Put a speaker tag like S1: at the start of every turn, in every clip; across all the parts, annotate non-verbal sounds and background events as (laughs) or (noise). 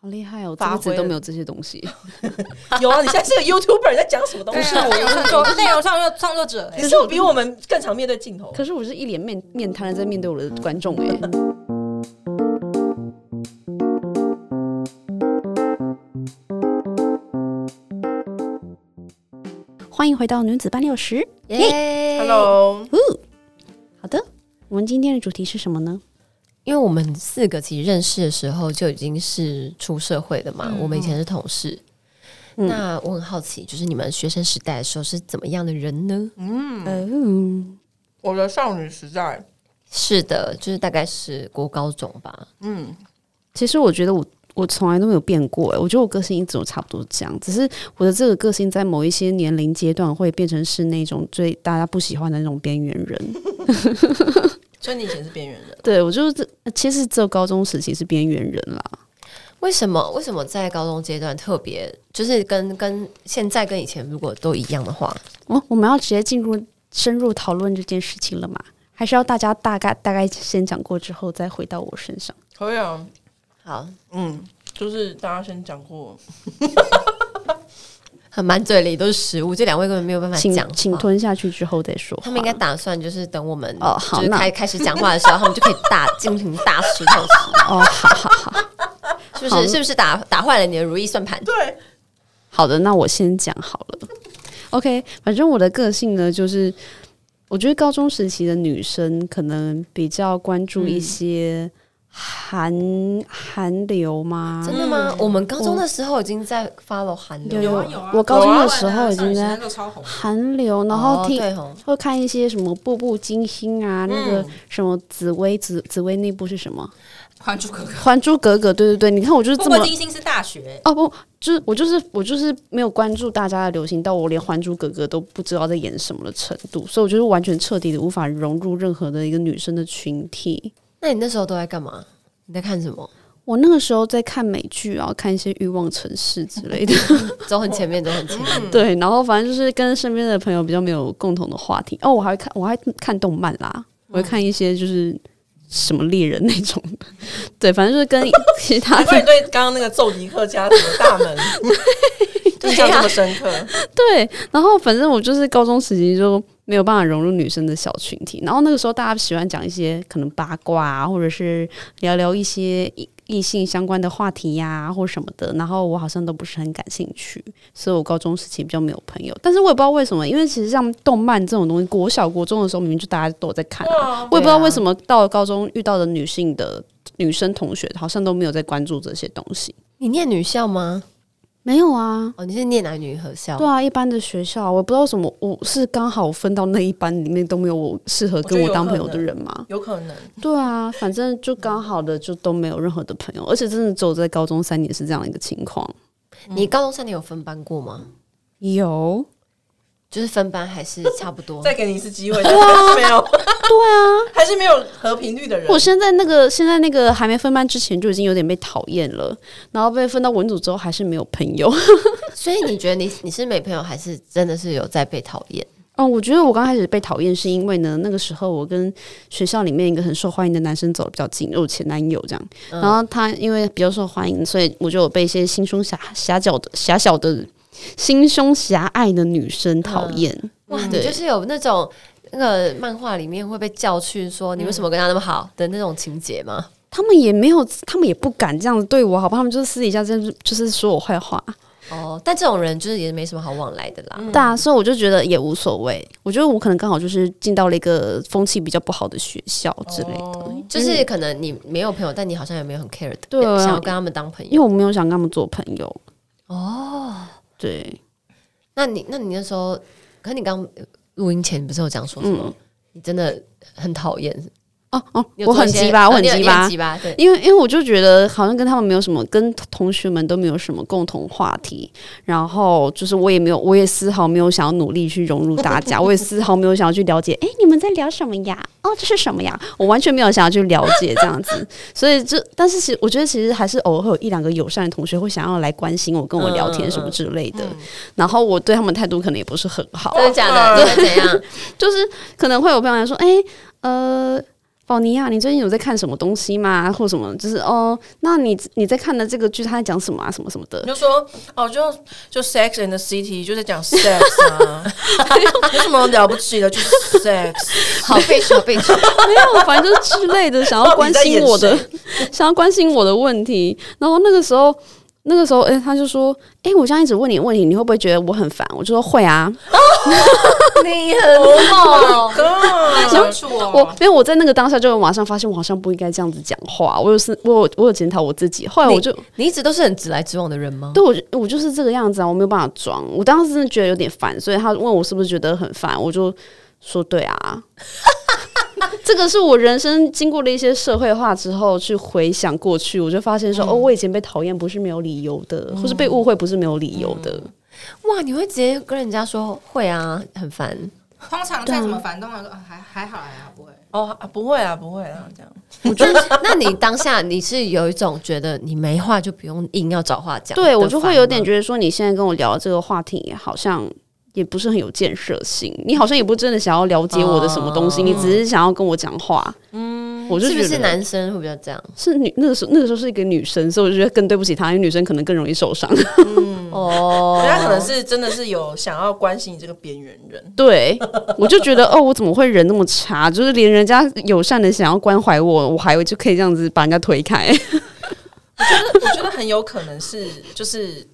S1: 好厉害哦！
S2: 发
S1: 这个
S2: 挥
S1: 都
S2: 了
S1: 没有这些东
S2: (laughs)
S1: 西，
S2: 有啊，你现在是个 YouTuber，你在讲什么东
S3: 不
S2: 西？
S3: 是我是
S2: (laughs)
S4: (laughs)
S3: 创作内容创作创作者、
S4: 哎
S2: 你是不是比我们更常面对镜头？
S1: 可是我是一脸面面瘫的在面对我的观众哎、欢迎回到女子班六十。
S3: 耶
S2: Hello，
S1: 好的，我们今天的主题是什么呢？
S5: 因为我们四个其实认识的时候就已经是出社会的嘛，
S2: 嗯
S5: 我们以前是同事。
S1: 嗯
S5: 那我很好奇，就是你们学生时代的时候是怎么样的人呢？
S1: 嗯，
S3: 哦我的少女时代，
S5: 是的，就是大概是国高中吧。
S3: 嗯，
S1: 其实我觉得我我从来都没有变过哎、我觉得我个性一直都差不多这样，只是我的这个个性在某一些年龄阶段会变成是那种最大家不喜欢的那种边缘人。
S2: 所以你以前是边缘人，
S1: 对我就是这，其实只有高中时期是边缘人啦。
S5: 为什么？为什么在高中阶段特别，就是跟跟现在跟以前如果都一样的话，
S1: 哦，我们要直接进入深入讨论这件事情了吗？还是要大家大概大概先讲过之后再回到我身上？
S3: 可以啊，
S5: 好，
S3: 嗯，就是大家先
S2: (laughs)
S3: 讲过，
S5: 很满嘴里都是食物，这两位根本没有办法
S1: 请
S5: 讲话。
S1: 请吞下去之后再说话。
S5: 他们应该打算就是等我们
S1: 哦好
S5: 就是
S1: 那
S5: 开开始讲话的时候，他们就可以大尽情大吃特吃，
S1: 哦，好好好， (laughs)
S5: 是不
S1: 好
S5: 是？是不是打打坏了你的如意算盘？
S3: 对，
S1: 好的，那我先讲好了。OK，反正我的个性呢，就是我觉得高中时期的女生可能比较关注一些韩韩流吗？
S5: 真的吗？我们高中的时候已经在 follow 韩流
S1: 嗯有
S5: 了，
S1: 啊我高中的时候已经
S4: 有啊有啊少女时
S1: 在
S4: 代都超红，
S1: 韩流，然后
S5: 哦
S1: 听、
S5: 对吼，
S1: 会看一些什么《步步惊心》啊，那个
S3: 嗯
S1: 什么紫薇紫紫薇那部是什么？
S4: 还珠格格
S1: 《还珠格格》对对对，你看我就是
S4: 不
S1: 这么
S4: 过金星是
S1: (laughs)
S4: 大学，
S1: 哦不，就是我就是我就是没有关注大家的流行到我连《还珠格格》都不知道在演什么的程度，所以我就是完全彻底的无法融入任何的一个女生的群体。
S5: 那你那时候都在干嘛？你在看什么？
S1: 我那个时候在看美剧啊，看一些《欲望城市》之类的，
S5: 走很前面，走很前面。
S1: 对，然后反正就是跟身边的朋友比较没有共同的话题。哦，我还会看，我还看动漫啦，我会看一些就是什么猎人那种 (laughs) 的，对，反正就是跟其他
S2: 难怪
S1: 的
S2: 你啊对刚刚那个揍尼克家族的大门 (laughs) 印象这么深刻。
S1: 对，然后反正我就是高中时期就没有办法融入女生的小群体，然后那个时候大家喜欢讲一些可能八卦啊，或者是聊聊一些异异性相关的话题呀、或什么的，然后我好像都不是很感兴趣，所以我高中时期比较没有朋友，但是我也不知道为什么，因为其实像动漫这种东西，国小国中的时候明明就大家都有在看、啊，我也不知道为什么到了高中遇到的女性的女生同学好像都没有在关注这些东西，
S5: 你念女校吗？
S1: 没有啊，
S5: 哦，你是念男女合校？
S1: 对啊，一般的学校，我不知道什么，我是刚好分到那一班里面都没有我适合跟我当朋友的人嘛。
S2: 有可能，
S1: 对啊，反正就刚好的就都没有任何的朋友，而且真的只有在高中三年是这样一个情况。
S5: 你高中三年有分班过吗？
S1: 有，
S5: 就是分班还是差不多？
S2: 再给你一次机会，但还是 (laughs) 没有，对啊，还是没有和平率的人。
S1: 我现在那个现在那个还没分班之前就已经有点被讨厌了，然后被分到文组之后还是没有朋友。
S5: 所以你觉得你你是没朋友，还是真的是有在被讨厌？
S1: 哦，我觉得我刚开始被讨厌是因为呢，那个时候我跟学校里面一个很受欢迎的男生走的比较近，我前男友这样。然后他因为比较受欢迎，所以我就有被一些心胸狭狭小的狭小的心胸狭隘的女生讨厌。
S5: 哇，你
S1: 嗯对
S5: 就是有那种那个漫画里面会被叫去说
S1: 嗯
S5: 你为什么跟他那么好的那种情节吗？
S1: 他们也没有，他们也不敢这样子对我，好吧？他们就是私底下就是就是说我坏话，
S5: 哦，但这种人就是也没什么好往来的啦。
S1: 对啊，所以我就觉得也无所谓。我觉得我可能刚好就是进到了一个风气比较不好的学校之类的，
S5: 就是可能你没有朋友，但你好像也没有很 care 的，
S1: 嗯对啊
S5: 想要跟他们当朋
S1: 因为
S5: 友。
S1: 我没有想跟他们做朋友。哦，对，
S5: 那你那你那时候，可你刚录音前不是有讲说什么？你真的很讨厌，
S1: 哦哦
S5: 你，有
S1: 嗯我
S5: 做
S1: 很
S5: 一些
S1: 鸡巴，我
S5: 哦
S1: 很
S5: 你有
S1: 鸡
S5: 你
S1: 巴
S5: 很，鸡巴，对，
S1: 因为因为我就觉得好像跟他们没有什么，跟同学们都没有什么共同话题，然后就是我也没有，我也丝毫没有想要努力去融入大家，我也丝毫没有想要去了解，哎，你们在聊什么呀？哦，这是什么呀？我完全没有想要去了解这样子，所以就但是其实我觉得其实还是偶尔会有一两个友善的同学会想要来关心我，跟我聊天
S5: 嗯
S1: 什么之类的，然后我对他们态度可能也不是很好，哦
S5: 真的假的？你会怎样？
S1: 就是可能会有朋友来说，哎、呃，宝妮啊，你最近有在看什么东西吗？或什么？就是哦，那你你在看的这个剧，它在讲什么啊？什么什么的
S3: (laughs) 你？就说哦，就就 Sex and the City 就在讲 sex
S2: (laughs)
S3: 啊，有什么了不起的？就是 sex，
S5: 好被取，好被取。
S1: 没有，反正就是之类的，想要关心我的，想要关心我的问题。然后那个时候，那个时候，哎、他就说，哎、我这样一直问你问题，你会不会觉得我很烦？我就说会啊。
S5: 你很好，
S3: 哥，
S1: 然后
S3: 处哦
S1: 我没有，我在那个当下就马上发现，我好像不应该这样子讲话。我有是，我有我有检讨我自己。后来我就
S5: 你一直都是很直来直往的人吗？
S1: 对我就我就是这个样子啊，我没有办法装。我当时真的觉得有点烦，所以他问我是不是觉得很烦，我就说对啊。 (laughs) 这个是我人生经过了一些社会化之后去回想过去，我就发现说，
S5: 嗯
S1: 哦，我以前被讨厌不是没有理由的，或是被误会不是没有理由的。
S5: 嗯哇，你会直接跟人家说会啊，很烦。
S4: 通常再怎么反动来说，啊还还好啦，不会。
S3: 哦，啊不会啊，不会啊，这样
S5: 我觉得， (laughs) 那你当下你是有一种觉得你没话就不用硬要找话讲的烦
S1: 对
S5: 吗，
S1: 我就会有点觉得说，你现在跟我聊这个话题，好像也不是很有建设性，你好像也不真的想要了解我的什么东西，你只是想要跟我讲话。嗯，我就是觉
S5: 哦不
S1: 得
S5: 是男生会比较这样？
S1: 是女那个时候那个时候是一个女生，所以我就觉得更对不起她，因为女生可能更容易受 (laughs) 伤。
S5: 哦，
S3: 人家嗯可能是真的是有想要关心你这个边缘人， (laughs)
S1: (laughs) 对，我就觉得哦，我怎么会人那么差？就是连人家友善的想要关怀我，我还就可以这样子把人家推开。
S3: 我觉得很有可能是就是。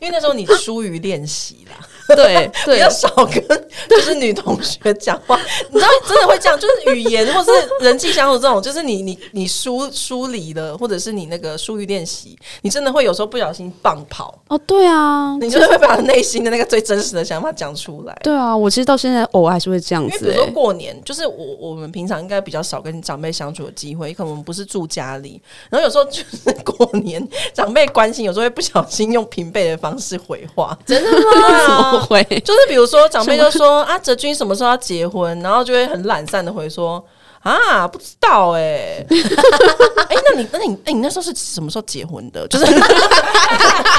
S3: 因为那时候你疏于练习啦，
S1: (laughs) 对
S3: 比
S1: 对
S3: 较少跟就是女同学讲话，你知道真的会这样，就是语言或是人际相处这种，就是你你你疏疏离了，或者是你那个疏于练习，你真的会有时候不小心棒跑，
S1: 哦，对啊，
S3: 你就是会把内心的那个最真实的想法讲出来。
S1: 对啊，我其实到现在偶尔还是会这样
S3: 因为比
S1: 子、
S3: 如说
S1: 欸。
S3: 过年，就是我我们平常应该比较少跟长辈相处的机会，可能我们不是住家里，然后有时候就是过年长辈关心，有时候会不小心用平辈的方式回话，真的 (laughs)
S1: 欸怎么
S3: 吗？
S1: 会？啊
S3: 就是比如说长辈就说啊，哲君什么时候要结婚，然后就会很懒散的回说。啊，不知道哎、
S5: (laughs)
S3: 欸，哎、那你那你哎、你那时候是什么时候结婚的？就是 (laughs)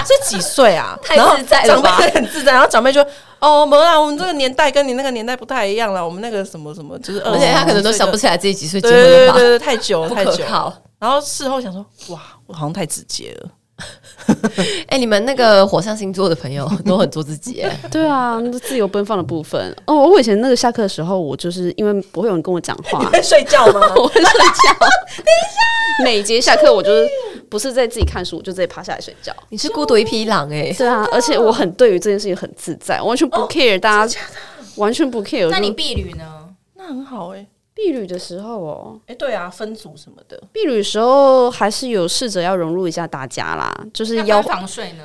S3: 是几岁啊？
S5: (laughs) 太
S3: 然后
S5: 自在了吧
S3: 长辈很自在，然后长辈就哦，没啦，我们这个年代跟你那个年代不太一样了，我们那个什么什么，就是
S5: 而且他可能都想不
S3: 起
S5: 起来自己几岁结
S3: 对
S5: 婚
S3: 对
S5: 了
S3: 对
S5: 吧？
S3: 对，太久了，
S5: 不
S3: 太
S5: 可
S3: 久了。
S5: 靠。
S3: 然后事后想说，哇，我好像太直接了。 (laughs)
S5: 哎，你们那个火象星座的朋友 (laughs) 都很做自
S3: (laughs)
S5: 己哎，
S1: (laughs) 对啊，那自由奔放的部分。哦，我以前那个下课的时候，我就是因为不会有人跟我讲话，
S3: 在睡觉
S5: (laughs)
S3: 吗？
S1: (laughs) 我会睡 (laughs) 觉。每节下课，我就是不是在自己看书，我就自己趴下来睡觉。
S5: 你是孤独一匹狼哎。
S1: (laughs) 对啊，而且我很对于这件事情很自在，完全不 care 大家，完全不 care 我就。
S4: 那你婢女呢？
S3: 那很好哎、欸，
S1: 避旅的时候哦，
S3: 哎、对啊，分组什么的，
S1: 避旅的时候还是有试着要融入一下大家啦，就是
S4: 要
S1: 要
S4: 防睡呢？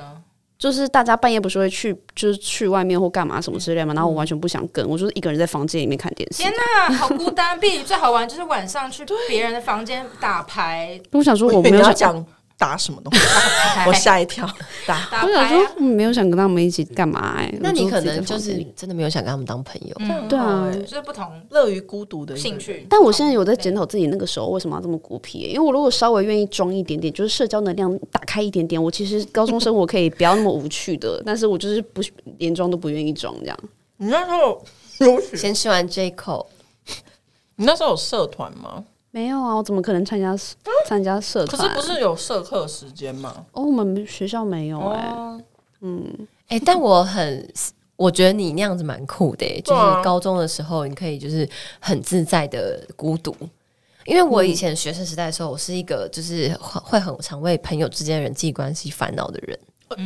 S1: 就是大家半夜不是会去就是去外面或干嘛什么之类嘛，然后我完全不想跟，我就是一个人在房间里面看电视
S4: 天。哪，好孤 (laughs) 单！婢女最好玩就是晚上去别人的房间打牌，
S1: 我想说我
S3: 以为
S1: 没
S3: 你
S1: 有
S3: 要
S1: 想，
S3: 讲打什么东西，
S4: 打牌
S3: 我吓一跳，打
S4: 打
S1: 我想
S4: 牌
S1: 说
S4: 啊。
S1: 嗯没有想跟他们一起干嘛哎。
S5: 那你
S1: 我
S5: 可
S1: 自己
S5: 能
S1: 在
S5: 就
S1: 房间
S5: 是
S1: 里
S5: 真的没有想跟他们当朋友。
S4: 嗯
S1: 对啊
S4: 好欸就是不同
S3: (laughs) 乐于孤独的一个
S4: 兴
S3: 人。
S4: 趣。
S1: 但我现在有在检讨自己那个时候为什么要这么孤僻、因为我如果稍微愿意装一点点，就是社交能量打开一点点，我其实高中生活可以不要那么无趣的， (laughs) 但是我就是不连装都不愿意装这样。
S3: 你那时候有
S5: 先吃完 J 口，
S3: 你那时候有社团吗？
S1: 没有啊，我怎么可能参加参加社
S3: 可
S1: 团？
S3: 是不是有社课时间吗？
S1: 哦，我们学校没有哎、
S3: 哦，
S5: 哎、但我很，我觉得你那样子蛮酷的、欸，就
S3: 对啊
S5: 是高中的时候，你可以就是很自在的孤独。因为我以前学生时代的时候，我是一个就是会会很常为朋友之间的人际关系烦恼的人。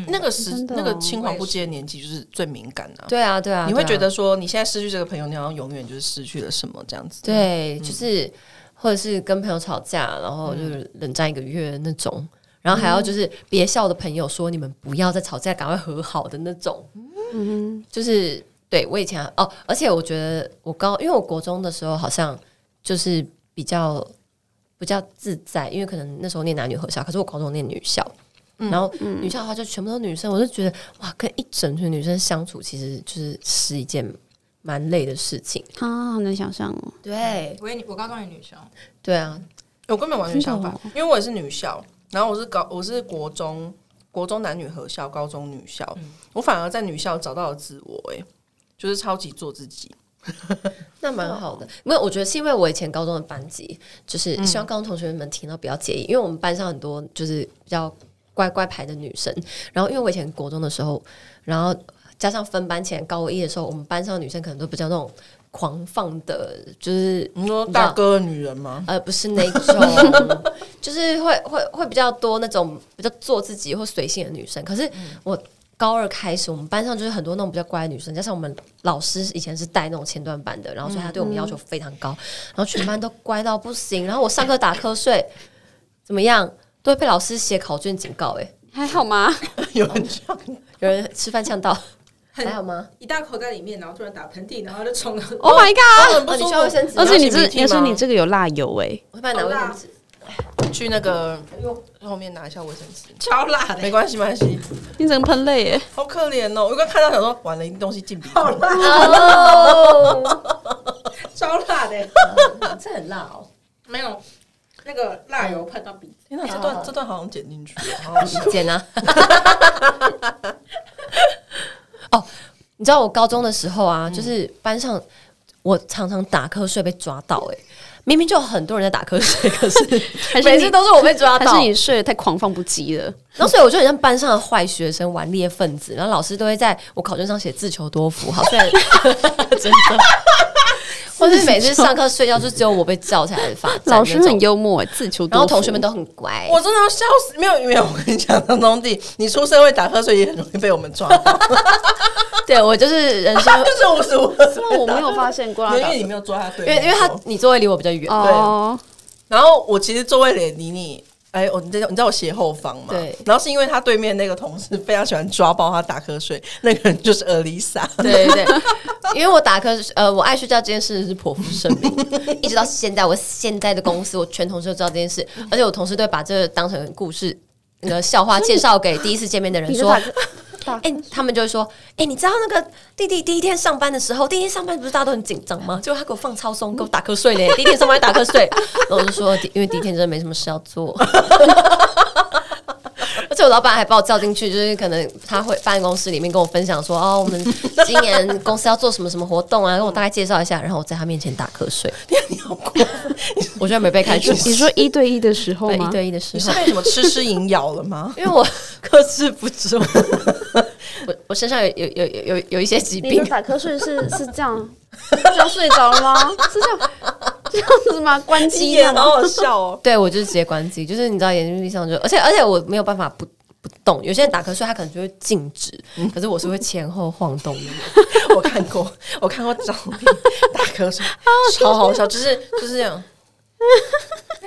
S3: 那个时
S1: 真的哦
S3: 那个青黄不接的年纪就是最敏感啊。
S5: 对啊，对啊，
S3: 你会
S5: 对啊
S3: 觉得说，你现在失去这个朋友，你好像永远就是失去了什么这样子。
S5: 对，就是、或者是跟朋友吵架，然后就是冷战一个月那种，然后还要就是别校的朋友说你们不要再吵架，赶快和好的那种。嗯，就是对我以前哦，而且我觉得我高，因为我国中的时候好像就是比较比较自在，因为可能那时候念男女合校，可是我高中念女校。然后女校的话就全部都是女生，我就觉得哇，跟一整群女生相处，其实就是是一件蛮累的事情。
S1: 啊，好难想象哦。
S5: 对，
S4: 我也女我高中也女生，
S5: 对啊，
S3: 我根本完全相反
S1: 真，
S3: 因为我也是女校，然后我是高我是国中国中男女合校，嗯高中女校，我反而在女校找到了自我、欸，哎，就是超级做自己。
S5: 那蛮好的，哦嗯因为我觉得是因为我以前高中的班级，就是希望高中同学们听到不要介意，因为我们班上很多就是比较乖乖牌的女生。然后因为我以前国中的时候，然后加上分班前高一的时候，我们班上的女生可能都比较那种狂放的，就是
S3: 你说大哥的女人 (laughs) 吗？
S5: 呃不是那种，就是会会会比较多那种比较做自己或随性的女生。可是我。高二开始，我们班上就是很多那种比较乖的女生，加上我们老师以前是带那种前段班的，然后所以他对我们要求非常高，然后全班都乖到不行。然后我上课打瞌睡，怎么样都会被老师写考卷警告、欸。
S1: 还好吗？
S3: 有人这样
S5: 有人吃饭呛到，
S4: 很
S5: 还好吗？
S4: 一大口在里面，然后突然打喷嚏，然后就冲了。
S1: (laughs) Oh my god！
S3: (laughs) 很不
S5: 哦你
S3: 舒
S5: 需要卫
S3: 服。
S5: 生纸吗，
S1: 而且你
S3: 你要
S1: 这，
S3: 擤鼻涕吗
S1: 而且你这个有辣油哎、
S5: 我会帮你拿卫生纸。
S3: 去那个哎后面拿一下卫生纸，
S4: 超辣的，
S3: 没关系，没关系。
S1: 你整个喷泪哎、
S3: 好可怜哦！我刚看到想说，完了，东西进鼻孔。
S5: 哦，
S4: 超辣的，
S5: 这很辣哦。
S4: (laughs) 没有那个辣油喷到鼻子。
S3: 天哪，这段这段好像啊剪进去，好好笑
S5: 剪啊！ (laughs) 哦，你知道我高中的时候啊，就是班上我常常打瞌睡被抓到、欸，明明就有很多人在打瞌睡， (laughs) 可是
S1: 还是
S5: 每
S1: 你
S5: 次都是我被抓
S1: 还
S5: 到
S1: 是。你睡得太狂放不羁了？
S5: 然后所以我就很像班上的坏学生、顽劣分子，然后老师都会在我考卷上写自求多福，好，
S1: (laughs)
S5: 虽然真的。或是每次上课睡觉，就只有我被叫起来罚站那种。
S1: 老师很幽默哎、自求多
S5: 然
S1: 福
S5: 后同学们都很乖。
S3: 我真的要笑死！没有没有，我跟你讲，张东弟，你出社会打瞌睡也很容易被我们抓到，
S5: 对我就是人
S3: (laughs)
S5: 生，
S3: 就是无时无刻。
S1: (laughs) 那我没有发现过啊
S3: 没有因为你没有抓他对
S5: 因
S3: 面的
S5: 为因为他
S3: 头
S5: 你座位离我比较远，
S1: 哦，
S3: 然后我其实座位也离你，哎，我你知道你知道我斜后方嘛？
S5: 对
S3: 然后是因为他对面那个同事非常喜欢抓包他打瞌睡，那个人就是尔丽 (laughs) 莎。
S5: 对对对，因为我打瞌睡，呃，我爱睡觉这件事是颇负盛 (laughs) 名，一直到现在，我现在的公司，我全同事都知道这件事，而且我同事都会把这个当成故事。那个笑话介绍给第一次见面的人
S1: 你
S5: 说，哎、
S1: 打
S5: 他们就会说，哎、你知道那个弟弟第一天上班的时候，第一天上班不是大家都很紧张吗？结果他给我放超松，给我打瞌睡嘞， (laughs) 第一天上班还打瞌睡，然后我就说，因为第一天真的没什么事要做， (laughs) 而且我老板还把我叫进去，就是可能他会办公室里面跟我分享说，哦，我们今年公司要做什么什么活动啊，跟我大概介绍一下，然后我在他面前打瞌睡，
S3: 天啊，你好过分，
S5: (laughs)
S3: (laughs)
S5: 我居然没被 (laughs) 开除。
S1: 你说一对一的时候
S5: 对
S1: 吗？
S5: 一对一的时
S3: 你是
S5: 候， (laughs)
S3: 被什么吃诗蝇咬了吗？
S5: 因为我克制不住，我我身上有有有有有有一些疾
S1: 你
S5: 病
S1: 的，打瞌睡是是这样，这样睡着了吗？啊是这样 (laughs) 这样子吗？关机
S3: 也
S1: 了
S3: 好
S1: 吗？
S3: 好笑哦。
S5: 对我就是直接关机，就是你知道眼睛闭上就，而且而且我没有办法不。不动，有些人打瞌睡，他可能就会静止，可是我是会前后晃动的那
S3: (laughs)
S5: 种。
S3: 我看过，我看过照片，打瞌 (laughs) 睡，超好笑，就是就是这样。
S5: (laughs)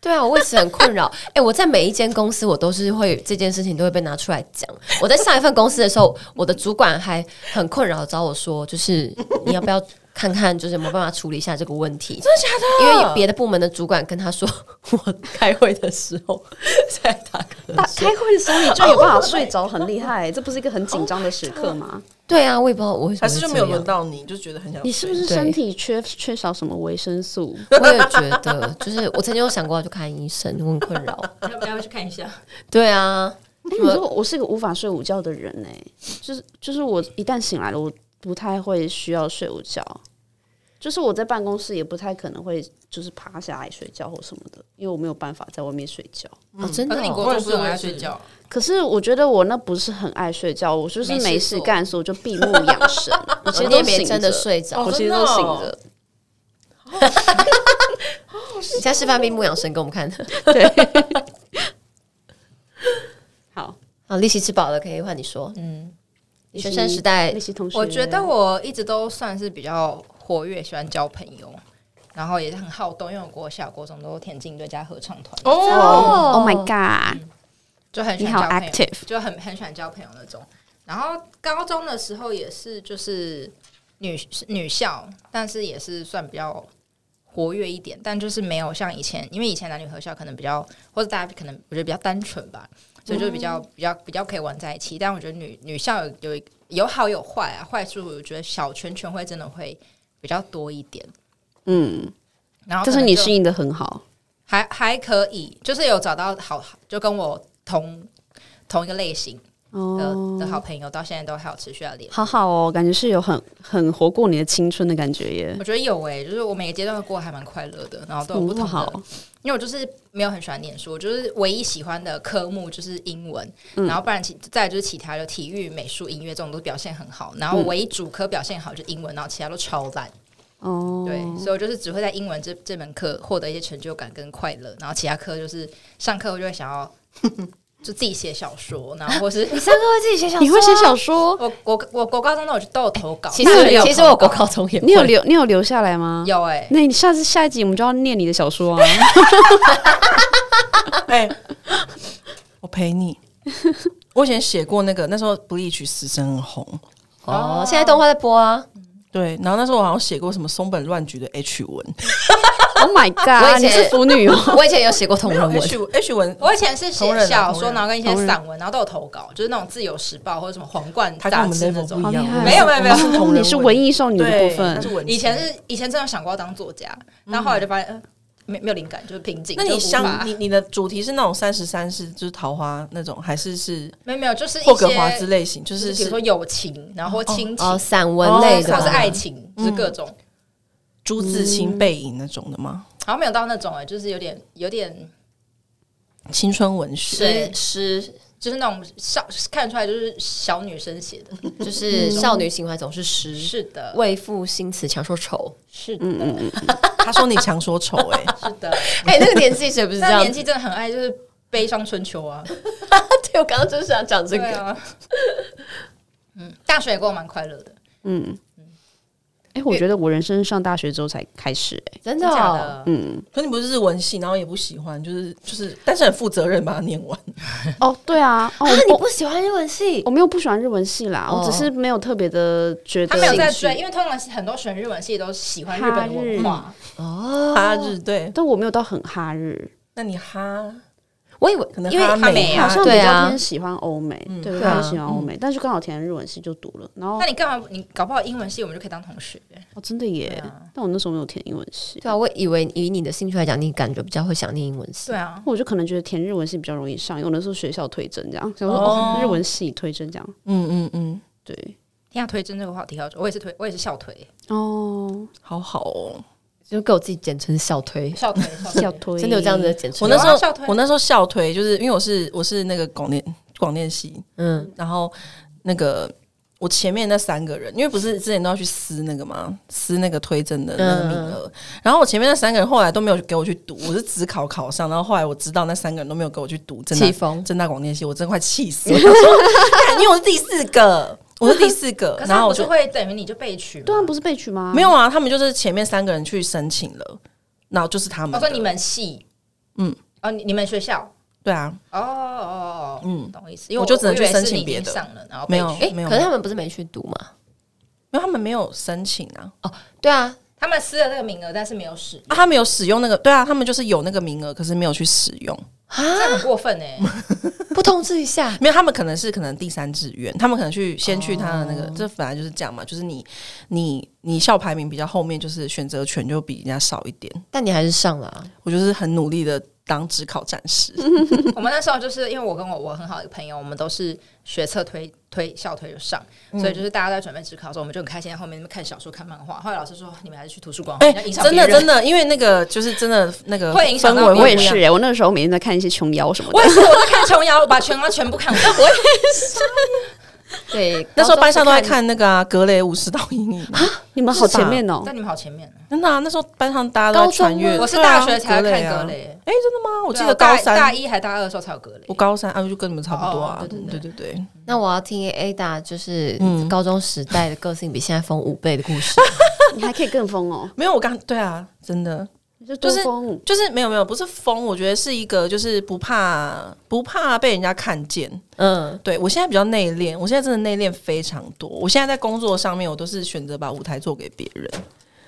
S5: 对啊，我为此很困扰。哎、我在每一间公司，我都是会这件事情都会被拿出来讲。我在上一份公司的时候，我的主管还很困扰，找我说，就是你要不要看看，就是有没有办法处理一下这个问题？真的假的？因为别的部门的主管跟他说，我开会的时
S3: (laughs)
S5: 候在打嗝。
S1: 打开会的时候你就有办法睡着，很厉害、这不是一个很紧张的时刻吗？
S5: 对啊，我也不知道我为什
S3: 还
S5: 么
S3: 是
S5: 会
S3: 就没有
S5: 这
S3: 轮
S5: 样。
S3: 到你，就觉得很想睡。
S1: 哦你是不是身体缺缺少什么维生素？
S5: 我也觉得，就是我曾经有想过要去看医生，我很困扰。
S4: (laughs) 要不要去看一下？
S5: 对啊，
S1: 哎、你说我是个无法睡午觉的人哎、就是就是我一旦醒来了，我不太会需要睡午觉，就是我在办公室也不太可能会就是趴下来睡觉或什么的，因为我没有办法在外面睡觉。
S5: 哦，真的、
S4: 可是你
S5: 哦。
S4: 国中不是很爱睡觉？
S1: 可是我觉得我那不是很爱睡觉，我就是没事干，所以我就闭目养神。啊我其实
S5: 呃你也
S1: 都
S5: 没
S1: 醒
S5: 哦真
S1: 着
S5: 的，睡着，
S1: 我其实都醒着。
S5: (laughs) 你在示范闭目养神给我们看 (laughs) 的。
S1: 好，
S5: 好，利息吃饱了，可以换你说。嗯，你学生时代
S1: 那，些同学，哦
S4: 我觉得我一直都算是比较活跃，喜欢交朋友，然后也是很好动，因为我国小、国中都田径队加合唱团，
S1: 哦、o h my God，
S4: 就很喜
S1: 你
S4: 欢
S1: 好
S4: 交朋友，
S1: active
S4: 就很很喜欢交朋友那种。然后高中的时候也是，就是女女校，但是也是算比较活跃一点，但就是没有像以前，因为以前男女合校可能比较，或者大家可能我觉得比较单纯吧，所以就比较、
S1: 嗯
S4: 比较比较可以玩在一起。但我觉得女女校有有有好有坏啊，坏处我觉得小圈圈会真的会比较多一点。
S1: 嗯，
S4: 然后可
S1: 但是
S4: 能
S1: 你
S4: 就
S1: 适应的很好，
S4: 还还可以，就是有找到好，就跟我同同一个类型，的
S1: 哦，
S4: 的好朋友，到现在都还有持续要联。
S1: 好好哦，感觉是有很很活过你的青春的感觉耶。
S4: 我觉得有诶、就是我每个阶段都过得还蛮快乐的，然后都有不
S1: 嗯，
S4: 同的
S1: 好，
S4: 因为我就是没有很喜欢念书，我就是唯一喜欢的科目就是英文，
S1: 嗯
S4: 然后不然其再来就是其他的体育、美术、音乐这种都表现很好，然后
S1: 嗯
S4: 唯一主科表现好就是英文，然后其他都超烂。
S1: 哦，
S4: 对，所以我就是只会在英文这这门课获得一些成就感跟快乐，然后其他科就是上课我就会
S1: (laughs)
S4: 想要就自己写小说，然后或是？
S5: 你上课会自己写小
S1: 你会写小说啊
S4: 我我我国高中的我就都有投稿，
S5: 其
S1: 那
S5: 实
S1: 你有
S5: 其实我国高中也会
S1: 你有留你有留下来吗？。
S4: 有哎、
S1: 那你下次下一集我们就要念你的小说啊！
S3: 哎、我陪你。 (laughs) 我以前写过那个，那时候《Bleach》死神很红，
S5: 哦，现在动画在播啊，
S3: 对。然后那时候我好像写过什么松本乱菊的 H 文
S1: Oh my
S5: 我
S1: god！
S5: 以
S1: 你
S5: 前
S1: 是腐女哦，
S5: 我以前有写过同 (laughs) 人文，
S3: ，H H 文，
S4: 我以前是写
S3: 同人啊
S4: 小
S3: 同
S4: 说，
S3: 人
S4: 然后跟一些散文，然后都有投稿，就是那种《自由时报》或者什么皇冠
S3: 他跟我
S4: 杂
S3: 们
S4: 志那
S3: level
S4: 种。
S3: 不一样
S1: 好厉，害哦
S4: 没有没有没有
S3: 我们是同人
S1: 你是文艺少女的
S3: 对
S1: 部分
S3: 他是。文青
S4: 以前是以前真的有想过要当作家，然后后来就发现，呃，没没有灵感，就是瓶颈。
S3: 那你
S4: 就无
S3: 相
S4: 法
S3: 你你的主题是那种三十三是就是桃花那种，还是是
S4: 没有没有，就是一
S3: 霍格华
S4: 些
S3: 兹类型？就
S4: 就是
S3: 是
S4: 比如说友情，然后或亲情，
S5: 哦，
S4: 或
S5: 散文类的
S3: 哦
S4: 是
S5: 吧，
S4: 爱情，就是各种。
S3: 朱自
S1: 嗯
S3: 清背影那种的吗？
S4: 好像没有到那种哎，就是有点有点
S3: 青春文学，
S4: 对
S5: 诗诗
S4: 就是那种少看出来就是小女生写
S3: 嗯
S4: 的。
S5: 就是少女情怀总是诗，
S4: 是的，
S5: 为赋新词强说愁。
S4: 是
S3: 嗯
S4: 的，
S3: 他说你强说丑哎、
S4: 是的。
S5: (laughs) 哎， (laughs) 那个年纪谁不是这
S4: 那
S5: 样
S4: 年？纪真的很爱就是悲伤春秋啊，
S5: 对，我刚刚就是想讲这
S4: 对
S5: 个，
S4: 啊。 (laughs) 嗯，大学也过得蛮快乐的，
S1: 嗯，哎、我觉得我人生上大学之后才开始、
S5: (laughs)
S1: 哎，
S5: 真的
S4: 真假
S5: 哦。
S4: 的？
S1: 嗯，
S3: 可你不是日文系，然后也不喜欢，就是就是，但是很负责任把它念完。
S1: 哦，对啊，哦，
S5: 啊，
S1: 我
S5: 你
S1: 我
S5: 不喜欢日文系
S1: 我？没有不喜欢日文系啦，
S5: 哦
S1: 我只是没有特别的觉得
S4: 他没有在
S1: 兴趣
S4: 追，因为通常是很多选日文系都喜欢日本的文化，
S5: 哦，
S3: 哈日对，
S1: 但我没有到很哈日，
S3: 那你哈
S5: 我以为
S3: 可能
S5: 因为
S3: 哈美
S4: 哈
S1: 好
S3: 哈
S1: 像比
S5: 对
S1: 较
S5: 啊
S1: 偏喜欢欧美，对，
S5: 对
S1: 比较
S5: 啊
S1: 喜欢欧美，但是刚好填日文系就读了，然后
S4: 那你干嘛？你搞不好英文系我们就可以当同学。
S1: 哦，真的耶，
S4: 啊
S1: 但我那时候没有填英文系，
S5: 对啊，我以为以你的兴趣来讲，你感觉比较会想念英文系
S4: 对。啊，
S1: 我就可能觉得填日文系比较容易上，因为我那时候学校推甄这样，想说哦日文系推甄这样，
S3: 嗯嗯嗯，
S1: 对，
S4: 天下推真这个话题好久，我也是推，我也是校推，
S1: 哦，
S3: 好好哦。
S5: 就给我自己简称小推，
S4: 校 (laughs) 推，
S1: 要 (laughs)
S4: 校推。
S1: 哦推
S5: 真的有这样子的简
S3: 我
S5: 称。
S3: 那时候
S4: 啊校推
S3: 我那时候校推，就是因为我是我是那个广电广电系，
S5: 嗯，
S3: 然后那个我前面那三个人，因为不是之前都要去撕那个嘛，撕那个推甄的那个名额，
S4: 嗯
S3: 然后我前面那三个人后来都没有给我去读，我是只考考上，然后后来我知道那三个人都没有给我去读真
S5: 气
S3: 的
S5: 疯，
S3: 正大广电系，我真快气死
S4: (laughs)
S3: 了，我想说干因为我是第四个，我是第四个
S4: (laughs) 可，是
S3: 然后
S4: 我
S3: 我
S4: 就
S3: 就
S4: 会等于你就被取嘛，
S1: 对啊，不是被取吗？
S3: 没有啊，他们就是前面三个人去申请了，然后就是他
S4: 我
S3: 们的，
S4: 哦说你们系，
S3: 嗯，
S4: 哦，你你们学校，
S3: 对啊，
S4: 哦哦哦，嗯，懂意思，因为
S3: 我就只能去
S4: 我以为是
S3: 申请
S4: 你已经
S3: 别的
S4: 上了，然后被
S3: 没有
S4: 取
S5: 哎，
S3: 没有
S5: 可是他们不是没去读嘛？
S3: 因为他们没有申请啊，
S5: 对啊，
S4: 他们撕了那个名额，但是没有使，
S3: 啊他们有使用那个，对啊，他们就是有那个名额，可是没有去使用。，
S4: 这样很过分哎，
S5: 啊不通知一下
S3: 没有，他们可能是可能第三志愿，他们可能去先去他的那
S4: 哦
S3: 个，这本来就是这样嘛，就是你你你校排名比较后面，就是选择权就比人家少一点。
S5: 但你还是上了啊。
S3: 我就是很努力的当职考战
S4: (laughs)
S3: 士，
S4: 我们那时候就是因为我跟我我很好的朋友，我们都是学测推推校推就上，所以就是
S3: 嗯
S4: 大家都在准备职考的时候，我们就很开心在后面那边看小说、看漫画。后来老师说，你们还是去图书馆好
S3: 哎、
S4: 了，要影响
S3: 真的
S4: 别人
S3: 真。的，因为那个就是真的那个
S4: 会影响到啊
S3: 氛围
S1: 我
S3: 会
S1: 也
S3: 不一样
S1: 是。耶，我那个时候每天在看一些琼瑶什么的
S4: 我。也是，我在看琼瑶，我把琼瑶全部看
S3: (laughs)
S4: 完。我
S5: 对，
S3: 那时候班上都在
S5: 高中是
S3: 看那个啊，格雷五十道阴影，
S4: 啊
S1: 你们好前面哦、
S4: 但你们好前面啊，
S3: 真的啊，那时候班上大家都在穿越。
S4: 我是
S3: 对啊
S4: 大学才看格，
S3: 啊
S4: 雷，对啊
S3: 啊我
S4: 我
S3: 记得高
S4: 大大
S3: 三，
S4: 一还大二的时候才有格雷
S3: 我。高三啊，就跟你们差不多啊
S4: 哦，对
S3: 对对对，
S5: 那我要听 Ada 就是
S3: 嗯
S5: 高中时代的个性比现在疯五倍的故
S3: (laughs)
S5: 事。
S1: 你还可以更疯哦、
S3: 没有我刚对啊，真的。
S1: 你就多
S3: 就是
S1: 疯。
S3: 就是没有没有，不是疯，我觉得是一个就是不怕不怕被人家看见。
S5: 嗯，
S3: 对我现在比较内敛，我现在真的内敛非常多。我现在在工作上面，我都是选择把舞台做给别人，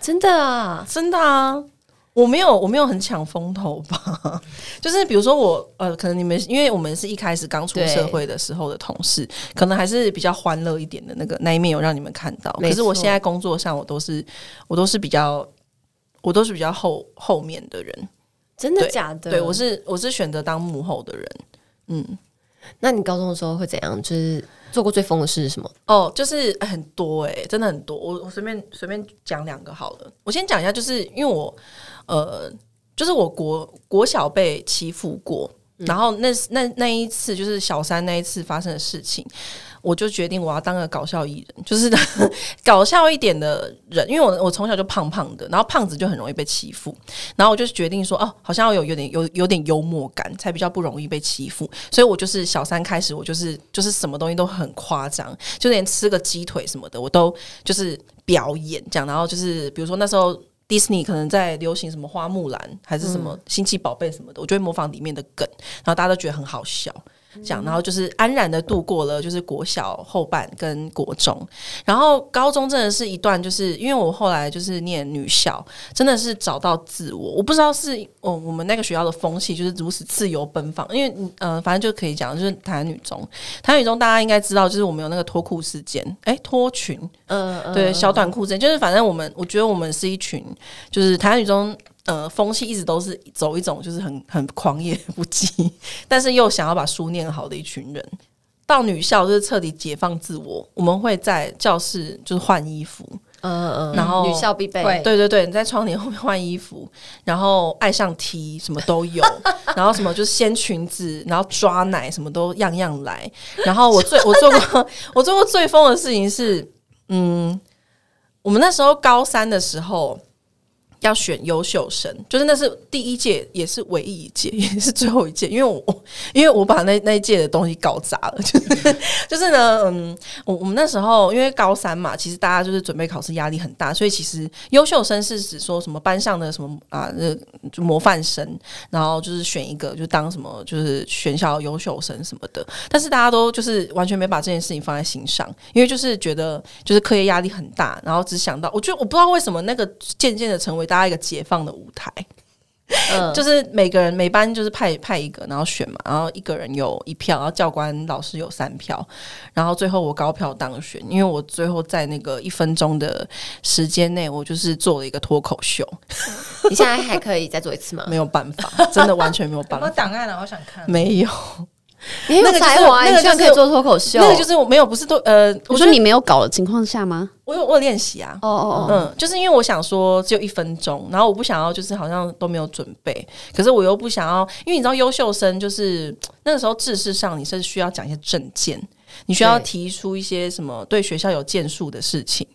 S5: 真的啊，
S3: 真的啊。我没有，我没有很抢风头吧？就是比如说我，呃，可能你们，因为我们是一开始刚出
S5: 对
S3: 社会的时候的同事，可能还是比较欢乐一点的那个那一面有让你们看到。
S5: 没
S3: 可是我
S5: 错
S3: 现在工作上，我都是我都是比较我都是比较后后面的人，
S5: 真的假的？
S3: 对，我是我是选择当幕后的人。嗯，
S5: 那你高中的时候会怎样？就是做过最疯的事是什么？
S3: 哦，就是哎很多哎、真的很多。我我随便随便讲两个好了。我先讲一下，就是因为我呃，就是我国国小被欺负过，然后那那那一次就是小三那一次发生的事情，我就决定我要当个搞笑艺人，就是 (laughs) 搞笑一点的人，因为我我从小就胖胖的，然后胖子就很容易被欺负，然后我就决定说，哦，好像要有有点有有点幽默感，才比较不容易被欺负。所以我就是小三开始，我就是就是什么东西都很夸张，就连吃个鸡腿什么的，我都就是表演这样。然后就是比如说那时候。迪士尼可能在流行什么花木兰，还是什么星际宝贝什么的，我就会模仿里面的梗，然后大家都觉得很好笑，这样，然后就是安然的度过了就是国小后半跟国中，然后高中真的是一段，就是因为我后来就是念女校，真的是找到自我。我不知道是哦，我们那个学校的风气就是如此自由奔放，因为嗯呃，反正就可以讲，就是台南女中，台南女中大家应该知道，就是我们有那个脱裤事件，哎、脱裙，
S5: 嗯、呃
S3: 对，小短裤之类，就是反正我们，我觉得我们是一群，就是台湾女中，呃，风气一直都是走一种就是很很狂野不羁， (laughs) 但是又想要把书念好的一群人。到女校就是彻底解放自我，我们会在教室就是换衣服，
S5: 嗯嗯，
S3: 然后
S5: 女校必备，
S4: 会
S3: 对对对，你在窗帘后面换衣服，然后爱上 T 什么都有， (laughs) 然后什么就是掀裙子，然后抓奶什么都样样来。然后我最我做过 (laughs) 我做过最疯的事情是，嗯，我们那时候高三的时候。要选优秀生，就是那是第一届，也是唯一一届，也是最后一届，因为我我因为我把那那一届的东西搞砸了，就是就是呢，嗯，我我们那时候因为高三嘛，其实大家就是准备考试压力很大，所以其实优秀生是指说什么班上的什么啊，呃就模范生，然后就是选一个就当什么就是选校优秀生什么的，但是大家都就是完全没把这件事情放在心上，因为就是觉得就是课业压力很大，然后只想到，我觉得我不知道为什么那个渐渐的成为大家一个解放的舞台，
S5: 嗯
S3: 就是每个人每班就是派派一个，然后选嘛，然后一个人有一票，然后教官老师有三票，然后最后我高票当选，因为我最后在那个一分钟的时间内，我就是做了一个脱口秀，
S5: 你现在还可以再做一次吗？
S3: 没有办 (laughs) 法，真的完全没有
S4: 有
S3: 办
S4: 没
S3: (laughs)
S4: 有
S3: 法，
S4: 档案啊？我想看。
S3: 没有，
S5: 你很有才华啊，
S3: 那个就
S5: 你
S3: 是
S5: 居然可以做脱口秀，
S3: 那个就是我没有，不是都呃，
S1: 我
S3: 我
S1: 说
S3: 觉得
S1: 你没有搞的情况下吗？
S3: 我有我有练习啊，
S5: 哦哦哦，
S3: 嗯，就是因为我想说只有一分钟，然后我不想要就是好像都没有准备，可是我又不想要，因为你知道优秀生就是那个时候知识上你是需要讲一些证件，你需要
S5: 对
S3: 提出一些什么对学校有建树的事情。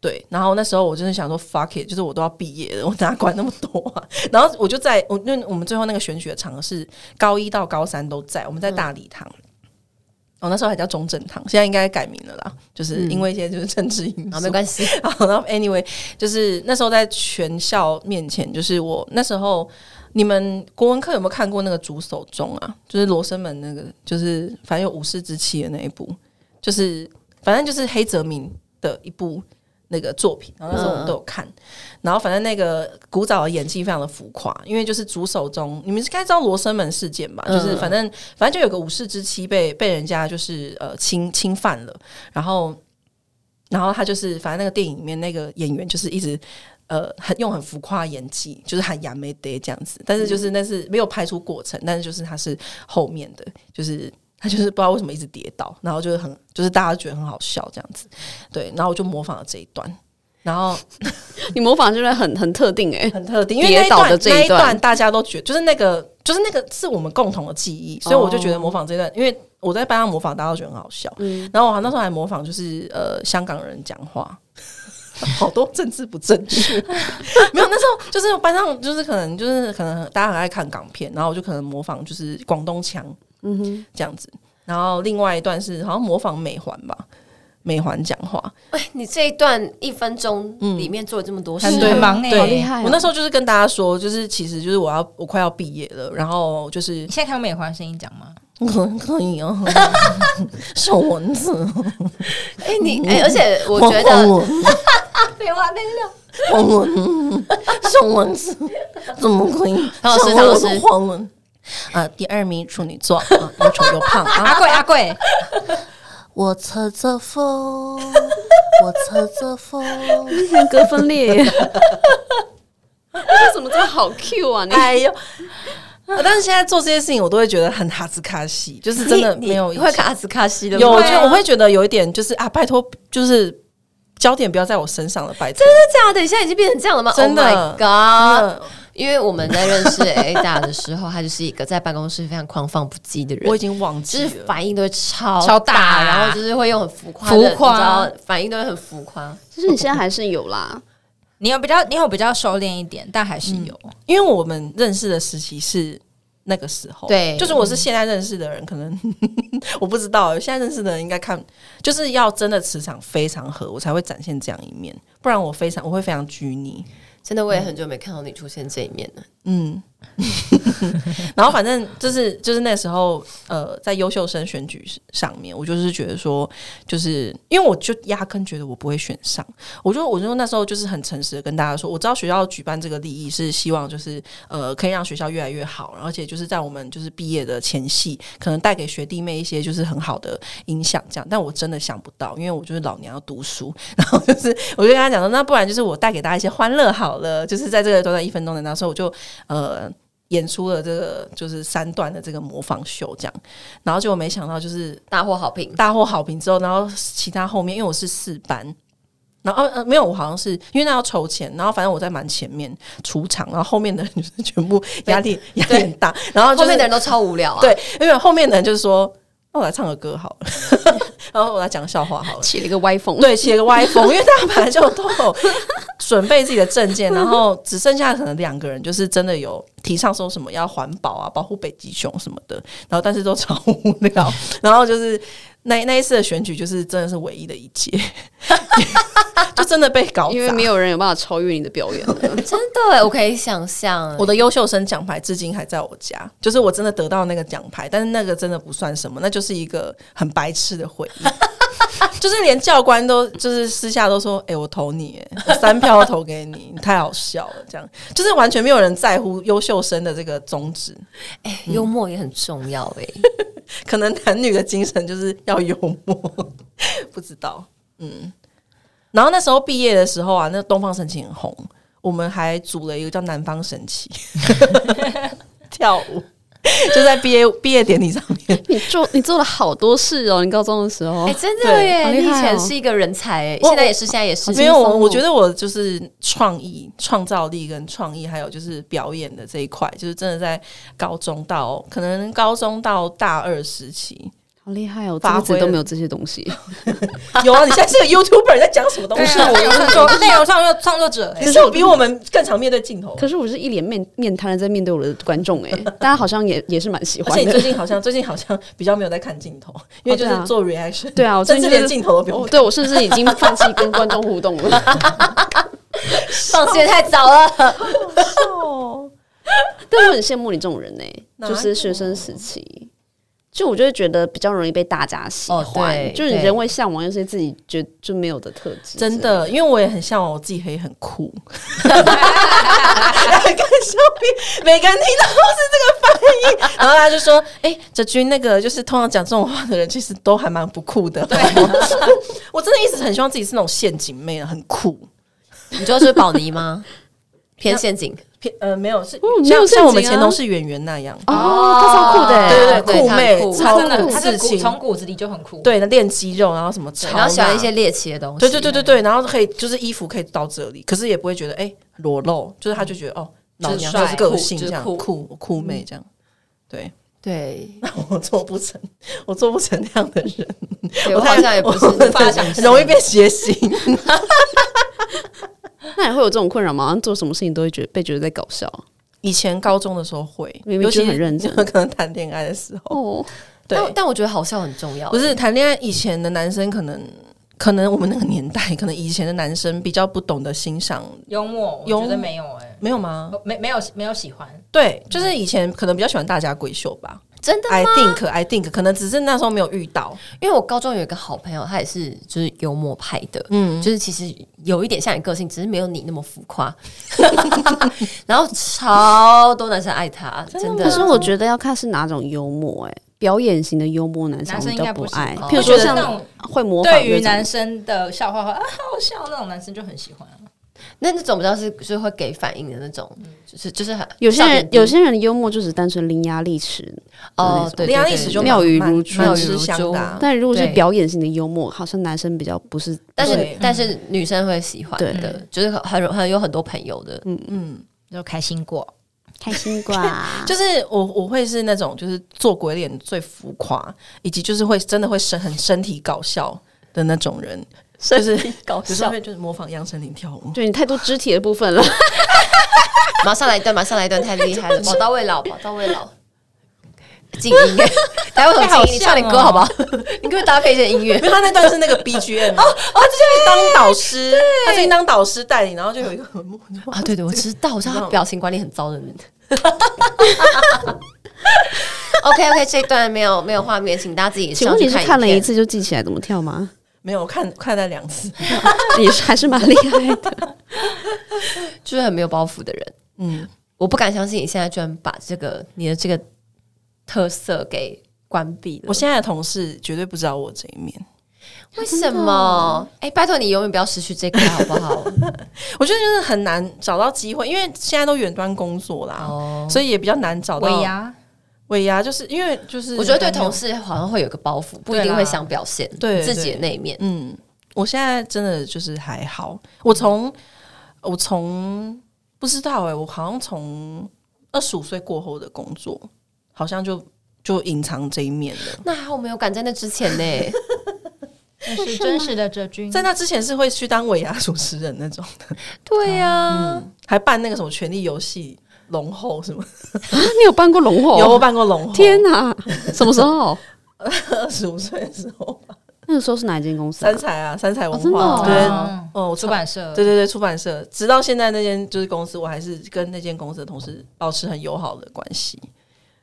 S3: 对，然后那时候我真的想说 fuck it，就是我都要毕业了，我哪管那么多啊？然后我就在我因为我们最后那个选举的场合是高一到高三都在，我们
S5: 嗯
S3: 在大礼堂。哦，那时候还叫中正堂，现在应该改名了啦，就是因为一些就是政治因
S5: 好，
S3: 素。
S5: 嗯啊没关系，
S3: (laughs) 好，然后 anyway，就是那时候在全校面前，就是我那时候，你们国文课有没有看过那个《竹手中》啊？就是罗生门那个，就是反正有武士之气的那一部，就是反正就是黑泽明的一部那个作品，然后那时候我们都有看，然后反正那个古早的演技非常的浮夸，因为就是竹手中，你们应该知道罗生门事件吧？就是
S5: 嗯
S3: 反正反正就有个武士之妻被被人家就是呃侵侵犯了，然后然后他就是反正那个电影里面那个演员就是一直。呃，很用很浮夸的演技，就是喊亚美得这样子，但是就是那是没有拍出过程，但是就是他是后面的，就是他就是不知道为什么一直跌倒，然后就是很就是大家觉得很好笑这样子，对，然后我就模仿了这一段，然后
S1: 你模仿真的很很特定哎、
S3: 很特定，因为那
S1: 跌倒的这一
S3: 那一
S1: 段
S3: 段大家都觉得，就是那个就是那个是我们共同的记忆，所以我就
S1: 哦
S3: 觉得模仿这段，因为我在班上模仿，大家都觉得很好笑。
S1: 嗯
S3: 然后我那时候还模仿就是呃香港人讲话。 (laughs) 好多政治不正
S1: (laughs)
S3: 确，没有那时候就是班上就是可能就是可能大家很爱看港片，然后我就可能模仿就是广东腔，嗯哼，这样子。然后另外一段是好像模仿美环吧，美环讲话，
S5: (laughs) 喂，你这一段一分钟里面做了这么多事，
S4: 嗯
S3: 对
S4: 很忙欸
S3: 对
S4: 好
S1: 厉害哦
S3: 我那时候就是跟大家说，就是其实就是我要我快要毕业了，然后就是
S4: 你现在看美环声音讲吗？
S3: 啊可以哦， (laughs) 小蚊子，
S5: 哎、你哎、而
S3: 嗯
S5: 且我觉得
S4: 废话，那个
S3: 黄蚊， (laughs) 小蚊子怎么可以？
S5: 唐老师
S3: 小
S5: 唐老
S3: 蚊子
S5: 师
S3: 黄蚊啊，第二名处女座，啊又丑又胖啊
S4: 阿，贵阿贵，
S2: 我乘着风，我乘着风，
S1: 人格 (laughs) 分裂耶！为什么这么好 Q 啊？你
S3: 哎呦， (laughs) 但是现在做这些事情，我都会觉得很哈兹卡西，就是真的
S5: 你
S3: 没有以
S5: 你会
S3: 前
S5: 卡斯卡西的吗，
S3: 有，我
S4: 对
S3: 就
S4: 啊
S3: 我会觉得有一点就是啊，拜托，就是焦点不要在我身上了，拜托。
S5: 真的假的？你现在已经变成这样了吗？
S3: 真的
S5: Oh my God！
S3: 真的
S5: 因为我们在认识 (laughs) Ada 的时候，她就是一个在办公室非常狂放不羁的人，
S3: 我已经忘
S5: 就
S3: 记
S5: 是
S3: 了。
S5: 反应都会超
S4: 超
S5: 大，
S4: 大
S5: 然后就是会用很浮夸的，
S4: 浮夸
S5: 你知道反应都会很浮夸。
S1: 其实你现在还是有
S3: (laughs)
S1: 啦，
S4: 你有比较，你有比较收敛一点，但还是有。
S3: 因为我们认识的时期是那个时候，
S5: 对
S3: 就是我是现在认识的人，可能 (laughs) 我不知道，现在认识的人应该看，就是要真的磁场非常合，我才会展现这样一面，不然我非常我会非常拘泥，
S5: 真的，我也很久没看到你出现这一面了。
S3: 嗯。 (laughs) 然后反正就是就是那时候，呃，在优秀生选举上面，我就是觉得说，就是因为我就压根觉得我不会选上，我就我就那时候就是很诚实的跟大家说，我知道学校举办这个利益是希望就是呃可以让学校越来越好，而且就是在我们就是毕业的前夕，可能带给学弟妹一些就是很好的影响这样。但我真的想不到，因为我就是老娘要读书， (laughs) 然后就是我就跟他讲说，那不然就是我带给大家一些欢乐好了，就是在这个短短一分钟的那时候，我就呃。演出了这个就是三段的这个模仿秀，这样，然后结果没想到就是
S5: 大获好评，
S3: 大获好评之后，然后其他后面，因为我是四班，然后呃呃没有，我好像是因为那要筹钱，然后反正我在蛮前面出场，然后后面的人就是全部压力 (laughs) 压力很大，然后、就是、
S5: 后面的人都超无聊啊。
S3: 对，因为后面的人就是说， (laughs) 那我来唱个歌好了，然后我来讲个笑话好了。
S1: 起了一个歪风。
S3: 对，写个歪风，因为大家本来就都有准备自己的证件，然后只剩下可能两个人，就是真的有提倡说什么要环保啊，保护北极熊什么的，然后但是都超无聊，然后就是那那一次的选举，就是真的是唯一的一届， (laughs) 就真的被搞砸，
S1: 因为没有人有办法超越你的表演
S3: (laughs)
S1: 了。
S5: 真的欸耶，我可以想象
S3: 我的优秀生奖牌至今还在我家，就是我真的得到那个奖牌，但是那个真的不算什么，那就是一个很白痴的回忆。 (laughs) 就是连教官都就是私下都说，哎、我投你，哎我三票投给你，你太好笑了，这样就是完全没有人在乎优秀生的这个宗旨，
S5: 哎
S3: 嗯
S5: 幽默也很重要哎。
S3: 可能男女的精神就是要幽默， (laughs) 不知道，嗯。然后那时候毕业的时候啊，那东方神起很红，我们还组了一个叫南方神起跳舞，就在毕业毕业典礼上面。
S1: 你做你做了好多事哦，你高中的时候
S5: 哎，，真的耶！
S1: 对
S5: 你
S1: 好厉
S5: 以
S1: 害
S5: 前
S1: 哦
S5: 是一个人才耶，
S3: 我
S5: 现在也是，现在也是。
S3: 没有，我我觉
S5: 得
S3: 得我就是创意、创造力跟创意，还有就是表演的这一块，就是真的在高中到可能高中到大二时期，
S1: 好厉害哦，我这
S3: 发
S1: 辈
S3: 挥
S1: 子都没有这些东
S3: (laughs)
S1: 西。
S3: 有啊，你现在是个 YouTuber，你在讲什么东西？
S4: 我是说啊内容创作创作者、
S3: 你是有比我们更常面对镜头，
S1: 可是我是一脸面面瘫的在面对我的观众，哎，
S3: (laughs)
S1: 大家好像也也是蛮喜
S3: 而且
S1: 欢
S3: 你最
S1: 的。
S3: 近好像 (laughs) 最近好像比较没有在看镜头，因为就
S1: 对
S3: 是
S1: 啊
S3: 做 reaction，、
S1: 对啊，我最
S3: 甚
S1: 近
S3: 至
S1: 就是
S3: 连镜头都不用
S1: 哦对我甚至已经放弃跟观众互动了。
S5: 放弃得太早了。
S1: 但我很羡慕你这种人呢、欸
S3: 哪有
S1: 就是学生时期，就我就会觉得比较容易被大家喜
S5: 哦
S1: 欢，
S5: 对
S1: 就是你
S5: 对
S1: 人会向往一些自己觉就没有的特质。
S3: 真，的，因为我也很向往我自己可以很酷。两个笑柄， (laughs) 每个人听到都是这
S5: (laughs)
S3: 个反应，然后他就说：“哎、哲君，那个就是通常讲这种话的人，其实都还蛮不酷的。” (laughs) 我真的一直很希望自己是那种陷阱妹，很酷。
S5: 你就是宝妮 (laughs) 吗？偏陷阱
S3: 偏呃，没有是、
S1: 嗯没有
S3: 像
S1: 陷阱啊
S3: 像我们前同事圆圆那样，
S1: 哦，他超酷的、欸，
S3: 对对对，
S5: 对
S3: 酷
S5: 她
S3: 妹
S5: 很酷
S3: 超
S4: 真
S1: 哦
S4: 的，
S3: 酷
S4: 他
S3: 刺
S4: 是骨
S3: 青，
S4: 从骨子里就很酷。，
S3: 对，练肌肉，然后什么超
S5: 对
S3: 辣，
S5: 然后喜欢一些猎奇的东西。
S3: 对对对对对，然后可以就是衣服可以到这里，可是也不会觉得哎、裸露，就是他就觉得哦老娘就是
S5: 帅
S3: 个
S5: 酷
S3: 性
S5: 就
S3: 这
S5: 是
S3: 样
S5: 酷
S3: 酷嗯酷妹这样。对，
S5: 对
S3: 那我做不成，我做不成那样的人，
S5: 对，我好像也不是
S3: 我
S5: 无法
S3: 很
S5: 想象
S3: 容易被邪行。
S1: 那你会有这种困扰吗？好像做什么事情都会觉得被觉得在搞笑
S3: 以前高中的时候会，
S1: 明明
S3: (laughs) 尤
S1: 就
S3: 其
S1: 很认真
S3: (laughs) 可能谈恋爱的时候，
S1: 哦。
S3: 对，
S5: 但但我觉得好笑很重要，
S3: 不是谈恋爱以前的男生可能。可能我们那个年代，可能以前的男生比较不懂得欣赏，
S4: 幽默，我
S3: 幽
S4: 觉得没有哎、
S3: 没有吗？
S4: 没没有没有喜欢，
S3: 对，就是以前可能比较喜欢大家闺秀吧。
S5: 真的
S3: I
S5: 吗？
S3: think, I think，可能只是那时候没有遇到。
S5: 因为我高中有一个好朋友，他也是就是幽默派的，嗯，就是其实有一点像你个性，只是没有你那么浮夸。 (laughs) 然后超多男生爱他，真的
S1: 可是我觉得要看是哪种幽默、欸，表演型的幽默男生
S4: 男
S1: 我
S4: 生
S1: 比较
S4: 应该不哦喜
S1: 爱，
S4: 欢
S1: 譬如说
S5: 我觉得
S1: 像
S4: 那种
S1: 会模仿
S4: 对
S1: 那
S4: 于
S1: 种
S4: 男生的笑话和啊好好笑那种男生就很喜欢啊、
S5: 那那种比较是就是会给反应的那种，就是就是很
S1: 有些
S5: 笑
S1: 人
S5: 点低
S1: 有些人的幽默就只是单纯伶牙俐齿，
S5: 哦，对，
S3: 伶
S5: 对
S3: 牙俐
S5: 对
S3: 齿就
S1: 妙语如珠
S3: 珠，蛮吃香的啊。
S1: 但如果是
S5: 对
S1: 表演性的幽默，好像男生比较不是
S5: 但是
S3: 对
S5: 但是女生会喜
S4: 嗯
S5: 欢
S1: 对
S5: 的，就是很很有很多朋友的，
S3: 嗯，
S4: 就开心过。
S1: 开心瓜，
S3: (laughs) 就是我我会是那种就是做鬼脸最浮夸，以及就是会真的会身很身体搞笑的那种人，就是
S5: 搞
S3: 有时候会就是模仿杨丞琳跳舞。
S1: 就你太多肢体的部 (laughs) 分了。
S5: 马上来一段，马上来一段，太厉害了！宝刀未老，宝刀未老。静音，待会很静音，你唱点歌好不好？ (laughs) 你可不可以搭配一些音乐
S3: 因？为他那段是那个
S5: (laughs)
S3: BGM 哦哦，就是当导师，他最近当导师带你， (laughs) 然后就有一个很
S5: (laughs) 啊，对对，我知道，我知道他表情管理很糟的人。OK OK，这段没有没有画面，请大家自己
S1: 请
S5: 上
S1: 问
S5: 去
S1: 你是看了一
S5: 影片。
S1: 次就记起来怎么跳吗？ (laughs)
S3: 没有我看看了两次，
S1: 也是还是蛮厉害的。 (laughs)
S5: 就是很没有包袱的人，
S3: 嗯，
S5: 我不敢相信你现在居然把这个你的这个特色给关闭了。
S3: 我现在的同事绝对不知道我这一面，
S5: 为什么？哎、拜托你永远不要失去这 (laughs) 个好不好？
S3: 我觉得就是很难找到机会，因为现在都远端工作啦，
S5: 哦，
S3: 所以也比较难找到
S4: 尾牙
S3: 尾牙，就是因为就是
S5: 我觉得对同事好像会有个包袱，不一定会想表现
S3: 对啦
S5: 自己的那一面。
S3: 嗯，我现在真的就是还好。我从我从不知道哎、我好像从二十五岁过后的工作，好像就就隐藏这一面了。
S5: 那还好没有赶在那之前呢、
S4: 那是真实的哲君，
S3: 在那之前是会去当尾牙主持人那种，
S5: (laughs) 对啊呀、
S3: 还办那个什么权力游戏龙后什么，
S1: 你有办过龙
S5: 哦
S3: 有我
S1: 后？
S3: 办过龙后，
S1: 天哪，什么时候？
S3: 二十五岁的时候吧，
S1: (laughs) 那个时候是哪一间公司、啊
S3: 三？彩啊，三彩文
S1: 真的
S3: 化，
S1: 哦
S3: 对，
S4: 哦
S3: 哦，我出
S4: 出版社
S3: 对对对，出版社，直到现在那间就是公司，我还是跟那间公司的同事保持很友好的关系。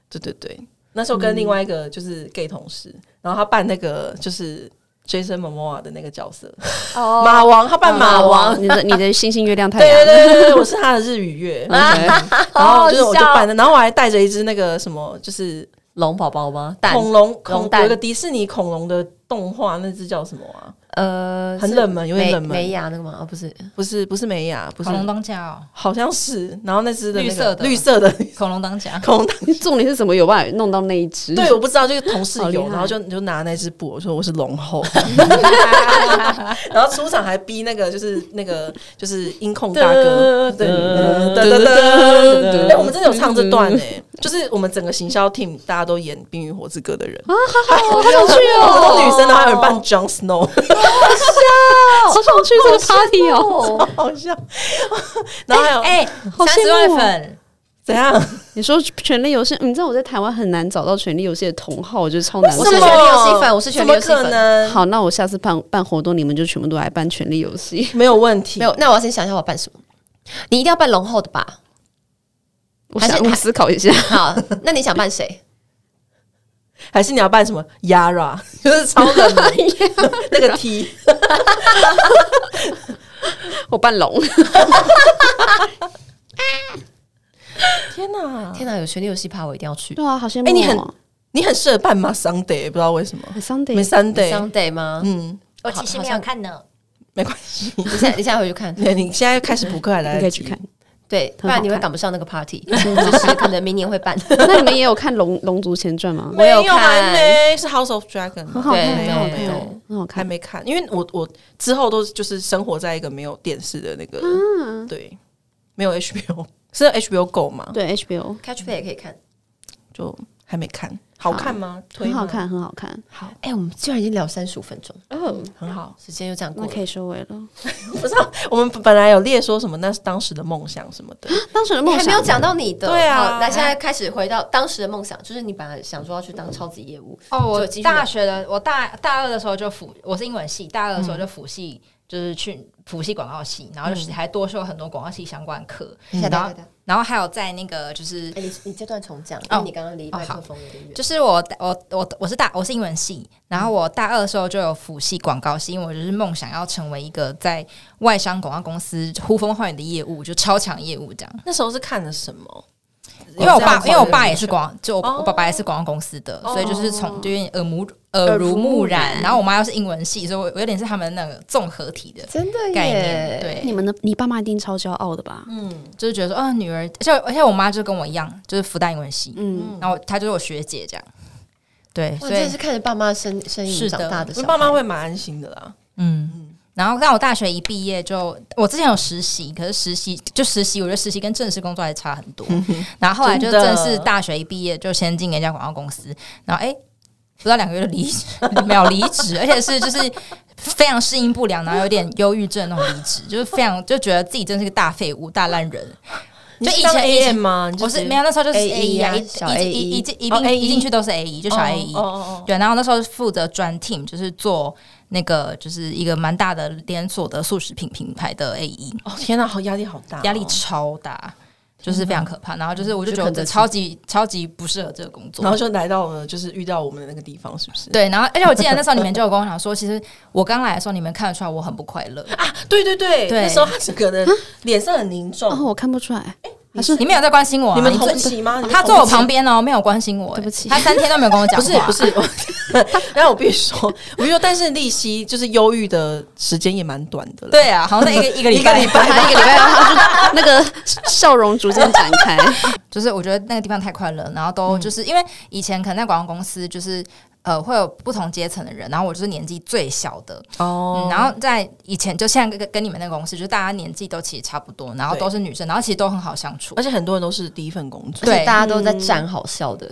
S3: 对对对，那时候跟另外一个就是 gay 同事，然后他扮那个就是 Jason Momoa 的那个角色，
S1: 哦
S3: 马王，他扮马王。
S1: 你的你的星星月亮太
S3: 对对
S1: 阳。
S3: 对对对，我是他的日语月，
S5: 嗯啊
S3: 然后就是我就
S5: 好好笑
S3: 扮的，然后我还带着一只那个什么，就是
S5: 龙宝宝吗？哦蛋
S3: 恐龙
S5: 龙
S3: 恐
S5: 蛋
S3: 有一个迪士尼恐龙的动画，那只叫什么啊？
S5: 呃，
S3: 很
S5: 是
S3: 冷门有点
S5: 美
S3: 冷门
S5: 美雅那个吗？啊，不是，
S3: 不是不是美雅，不是
S4: 恐龙当家哦，
S3: 好像是，然后那只的那个
S4: 绿色的
S3: 绿色的
S4: 恐龙当家，
S3: 恐龙蛋
S1: 重点是怎么有办法弄到那一只？
S3: 对，我不知道，就是同事
S1: 好厉
S3: 有，
S1: 害
S3: 然后就你就拿那只布，我说我是龙后，然后出场还逼那个就是那个就是音控大哥，对，噔噔噔哎，我们真的有唱这段哎，就是我们整个行销 team 大家都演《冰与火之歌》的人啊，好有趣哦，很多女生，然后还有人扮 Jon Snow，
S1: 好想去这个 party 哦！
S5: 哦，
S3: 好像，然后还有
S4: 哎，
S1: 好
S4: 三十
S1: 羡慕
S4: 万
S1: 哦
S4: 粉，
S3: 怎样？
S1: 你说《权力游戏》，你知道我在台湾很难找到《权力游戏》的同号，我觉得超难
S5: 我
S1: 找
S5: 是
S3: 什
S5: 权
S3: 么
S5: 力游戏粉，我是权
S3: 怎
S5: 力
S3: 么
S5: 游戏
S3: 可
S5: 粉。
S3: 能？
S1: 好，那我下次办办活动，你们就全部都来办《权力游戏》。
S3: 没有问题，
S5: 没有，那我要先想一下我要扮什么。你一定要扮龙后的吧？
S1: 我
S5: 还是
S1: 想我思考一 (laughs) 下，
S5: 好，那你想扮谁？
S3: 还是你要扮什么 Yara，就是超冷门 (laughs) 那个 T。
S1: 我扮龙。
S3: 天哪！
S5: 天哪，有权力游戏趴，我一定要去。
S1: 对啊，好羡慕哦。
S3: 哎你很你很适合扮马 Sunday，不知道为什么。
S1: 很 Sunday，
S3: 没 Sunday，
S5: Sunday 吗？
S3: 嗯，
S4: 我
S5: 其实没有
S4: 看呢，
S3: 没关系。 (laughs)
S5: 你现在你现在回去看，
S3: 你你现在开始补课还来
S1: 你可
S3: 得
S1: 以
S3: 及
S1: 去看。。
S5: 对，不
S1: 很好
S5: 然你会
S1: 看
S5: 赶不上那个 party，就是 (laughs) 可能明年会办。
S1: 那你们也有看《龙龙族前传》吗？
S5: 我有
S3: 没啊还
S5: 看
S3: 没是 House of Dragon，吗
S1: 很好 (laughs) 看，
S5: 对
S1: 很好
S5: 没有没有
S1: 看，很好
S3: 还
S1: 看。
S3: 没看，因为我我之后都就是生活在一个没有电视的那个，
S1: 啊
S3: 对，没有 HBO，是 (laughs) HBO Go 嘛，
S1: 对 HBO
S5: Catch Play 也可以看。
S3: 就还没看。好看吗？推
S1: 很
S3: 吗
S1: 好，看，很好看。
S5: 哎、我们居然已经聊三十五分钟，
S1: 哦，
S3: 很好。
S5: 时间就这样过
S1: 那
S5: 了
S1: 可以收尾了。
S3: 不是啊我们本来有列说什么，那是当时的梦想什么 (gasps) 的。
S1: (gasps) 当时的
S5: 你
S1: 梦
S5: 还
S1: 想
S5: 没有讲到你的，
S3: 对啊
S5: 好来，现在开始回到当时的梦想，就是你本来想说要去当超级业务，
S4: 哦，我
S5: 就继续聊
S4: 大学的，我大大二的时候就辅，我是英文系，大二的
S5: 嗯
S4: 时候就辅系，就是去辅系广告系，然后就是还多修很多广告系相关课，
S5: 吓
S4: 然
S5: 到
S4: 后
S5: 吓到
S4: 然后还有在那个就是
S5: 哎、你你这段重讲，因
S4: 哦
S5: 为你刚刚离麦克风有点远。
S4: 就是我我我我是大我是英文系，然后我大二的时候就有辅系广告系，因为我就是梦想要成为一个在外商广告公司呼风唤雨的业务，就超强业务这样。
S3: 那时候是看了什么？
S4: 因为我爸
S3: 有这样，子
S4: 因为我爸也是广，就我,、
S3: 哦
S4: 我爸爸也是广告公司的，
S3: 哦
S4: 所以就是从就是耳目耳濡目染，然后我妈又是英文系，所以我我有点是他们那个综合体的
S5: 真的
S4: 概念，，对，
S1: 你们的你爸妈一定超骄傲的吧？
S4: 就是觉得说，啊，女儿，而且而且我妈就跟我一样，就是复旦英文系，
S1: 嗯，
S4: 然后她就是我学姐这样，对，
S5: 哇，
S4: 所
S5: 真
S4: 以
S5: 的是看着爸妈身身影
S4: 是的
S5: 长大的
S3: 所以
S5: 小孩，
S3: 爸妈会蛮安心的啦。
S4: 嗯，然后但我大学一毕业就，我之前有实习，可是实习就实习，我觉得实习跟正式工作还差很
S3: (laughs)
S4: 多。然后后来就
S3: 真
S4: 正
S3: 的
S4: 式大学一毕业就先进了一家广告公司，然后哎，不到两个月就离职， (laughs) 没有离职，而且是就是非常适应不良，然后有点忧郁症那种离职，就是非常就觉得自己真是个大废物、大烂人。就
S3: 你
S4: 以
S3: 是当
S4: 前以
S3: AM
S4: 前
S3: 吗？你
S4: 我
S3: 就是
S4: 没有，那时候就是 A
S5: AE
S4: E 啊，
S5: 啊
S4: 一
S5: 小
S4: 一一一
S5: AE
S4: 一
S3: 哦
S4: 进一
S3: AE
S4: 进去都是 A E，就小 A E
S3: 哦。哦
S4: 对，然后那时候是负责专 team，就是做那个就是一个蛮大的连锁的速食品品牌的 A E，
S3: 哦哦，天哪，好压力好大哦，
S4: 压力超大，就是非常可怕。然后就是我就
S5: 就
S4: 觉得
S5: 肯德
S4: 我
S5: 基
S4: 超级超级不适合这个工作，
S3: 然后就来到了，就是遇到我们的那个地方，是不是？
S4: 对，然后而且我记得那时候你们就有跟我讲说，其实我刚来的时候你们看得出来我很不快乐，
S3: 啊，对对对，嗯
S4: 对
S3: 那时候他整个人脸色很凝重
S1: 哦，。我看不出来，还是
S4: 你们有在关心我、啊，
S3: 你们
S4: 坐
S3: 同期吗？你们
S4: 他坐我
S3: 同期
S4: 旁边哦，没有关心我、
S1: 对不起
S4: 他三天都没有跟我
S3: (laughs)
S4: 讲
S3: 不
S4: 话，
S3: 是不是，我然后我必须说，我必 (laughs) 须说，但是利息就是忧郁的时间也蛮短的了。
S4: 对啊，好像在一个一个礼拜，
S1: 他 (laughs) 一个礼拜，然后那个笑容逐渐展 (laughs) 开，
S4: 就是我觉得那个地方太快乐，然后都
S1: 嗯
S4: 就是、因为以前可能在广告公司就是。呃，会有不同阶层的人，然后我就是年纪最小的，
S3: 哦
S4: 嗯，然后在以前就现在跟跟你们那个公司，就是大家年纪都其实差不多，然后都是女生，然后其实都很好相处
S3: 而。且很多人都是第一份工作，
S5: 而且
S4: 对
S5: 大家都在站好笑的，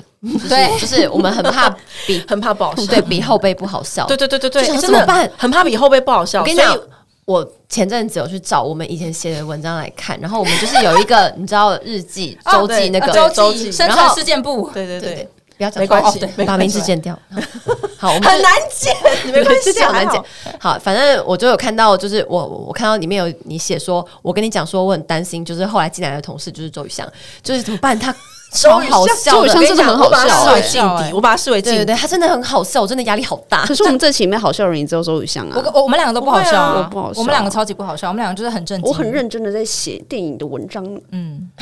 S4: 对
S5: 就是我们很怕比
S3: 嗯 (laughs) 很怕不好笑。
S5: (laughs) 对比后辈不好笑，
S3: 对对对对对，
S5: 就想
S3: 真的
S5: 怎么办
S3: 很怕比后辈不好笑。
S5: 我跟你
S3: 所以
S5: 讲，，我前阵子有去找我们以前写的文章来看，然后我们就是有一
S3: (laughs)
S5: 个你知道日记
S4: 哦
S5: 周
S4: 对
S5: 记那
S4: 啊
S5: 个
S4: 周
S3: 周
S4: 记
S3: 记
S4: 生
S5: 然
S4: 存
S5: 后
S4: 事件部，
S3: 对对
S5: 对
S3: 对
S5: 对，，不要讲
S3: 没关系
S5: 错哦
S3: 没关系
S5: 把名字剪掉，
S3: (laughs)
S5: 好，我们
S3: 很难剪，没关 (laughs) 系，
S5: 这讲难
S3: 还
S5: 讲
S3: 好。
S5: 好，反正我就有看到，就是我我我看到里面有你写说，我跟你讲说，我很担心，就是后来进来的同事就是周宇翔，就是怎么办？他超好笑
S1: 周宇
S5: 的
S1: 翔，真的很好
S3: 我把它视
S1: 笑欸。
S3: 为劲
S4: 好笑欸
S3: 敌，我把它视为劲
S5: 对对
S3: 敌
S5: 对，。他真的很好笑，我真的压力好大
S1: 可。是我们这期里面好笑的人，也只有周雨翔
S4: 我
S1: 啊。
S4: 我我们两个都不好笑
S1: 不会
S4: 啊
S1: 啊我不好笑
S4: 我们两个超级不好笑，我们两个就是很正经，
S1: 我很，认真的在写电影的文章，
S4: 嗯。
S3: (laughs)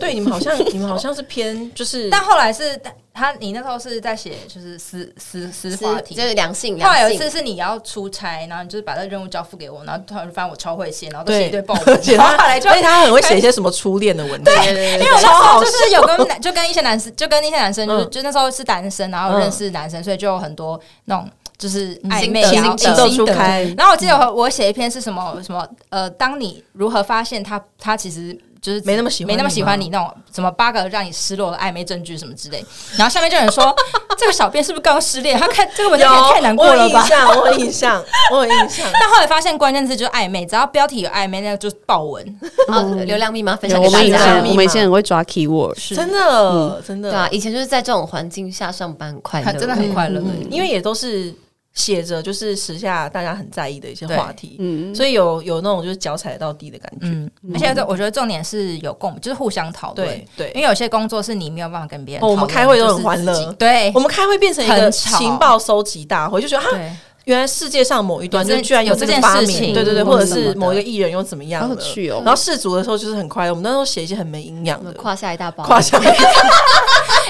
S3: 对，你们好像你们好像是偏就是，
S4: 但后来是他，你那时候是在写就是私私私话题
S5: 就。是良性，
S4: 后来有
S5: 良
S4: 一次
S5: 性。
S4: 是你要出差，然后你就是把这个任务交付给我，然后突然就发现我超会写，然后都
S3: (laughs)
S4: 写一堆爆
S3: 而
S1: (laughs)
S4: 文，
S3: 且
S4: 然
S3: 他
S4: 后后来就
S3: 而且他很会写一些什么初恋的文章，
S5: 对对
S4: 因为我那时
S3: 超
S4: 候
S3: 好
S4: 就是有跟男，就跟一些男生，就跟一些男生，就是、
S3: 嗯
S4: 就那时候是单身，然后认识男生，所以就有很多那种就是
S3: 嗯
S4: 暧昧然
S5: 心得
S4: 后
S5: 心
S3: 情
S5: 得
S3: 窦
S4: 心
S3: 初
S4: 得
S3: 开，
S4: 然后我记得我我写一篇是什么什么呃，当你如何发现他他其实就是
S3: 没那么喜欢
S4: 没那么
S3: 你
S4: 喜欢
S3: 吗
S4: 你那种什么八个让你失落的暧昧证据什么之类，然后下面就有人说 (laughs) 这个小编是不是刚失恋？他看这个文章也太难过
S3: 我有
S4: 了
S3: 印
S4: 吧？
S3: 象，我有印象，我有印 (laughs) 象。
S4: 但后来发现关键字就是暧昧，只要标题有暧昧，那个就是爆文。
S5: 好，流量密码分享
S1: 我
S5: 给
S1: 们以
S5: 大
S3: 流
S1: 前
S3: 量
S5: 家
S3: 密。码
S1: 我们以前很会抓 keyword，
S3: 真的，真
S5: 对
S3: 的，
S5: 啊，以前就是在这种环境下上班很快乐，
S4: 很真的很快乐的，
S3: 因为也都是写着就是时下大家很在意的一些话题，
S1: 嗯，
S3: 所以有有那种就是脚踩到地的感觉。
S4: 嗯，而且这我觉得重点是有共，就是互相讨论。
S3: 对对
S4: 因为有些工作是你没有办法跟别人
S3: 哦
S4: 讨论、
S3: 我们开会都很
S4: 就是
S3: 欢乐
S4: 自己对
S3: 我们开会变成一个
S4: 很吵
S3: 情报收集大会，就觉得啊，
S4: 对，
S3: 原来世界上某一端
S4: 有这
S3: 就居然这个
S4: 有这件
S3: 发
S4: 事
S3: 明，
S4: 情
S3: 对对对，
S1: 嗯
S3: 或者
S1: 什么
S3: 是
S1: 的
S3: 某一个艺人又怎么样
S1: 好有
S3: 了。
S1: 趣哦
S3: 然后世足的时候就是很快乐，我们那时候写一些很没营养
S5: 我
S3: 的
S5: 们胯下一大包，
S3: 夸下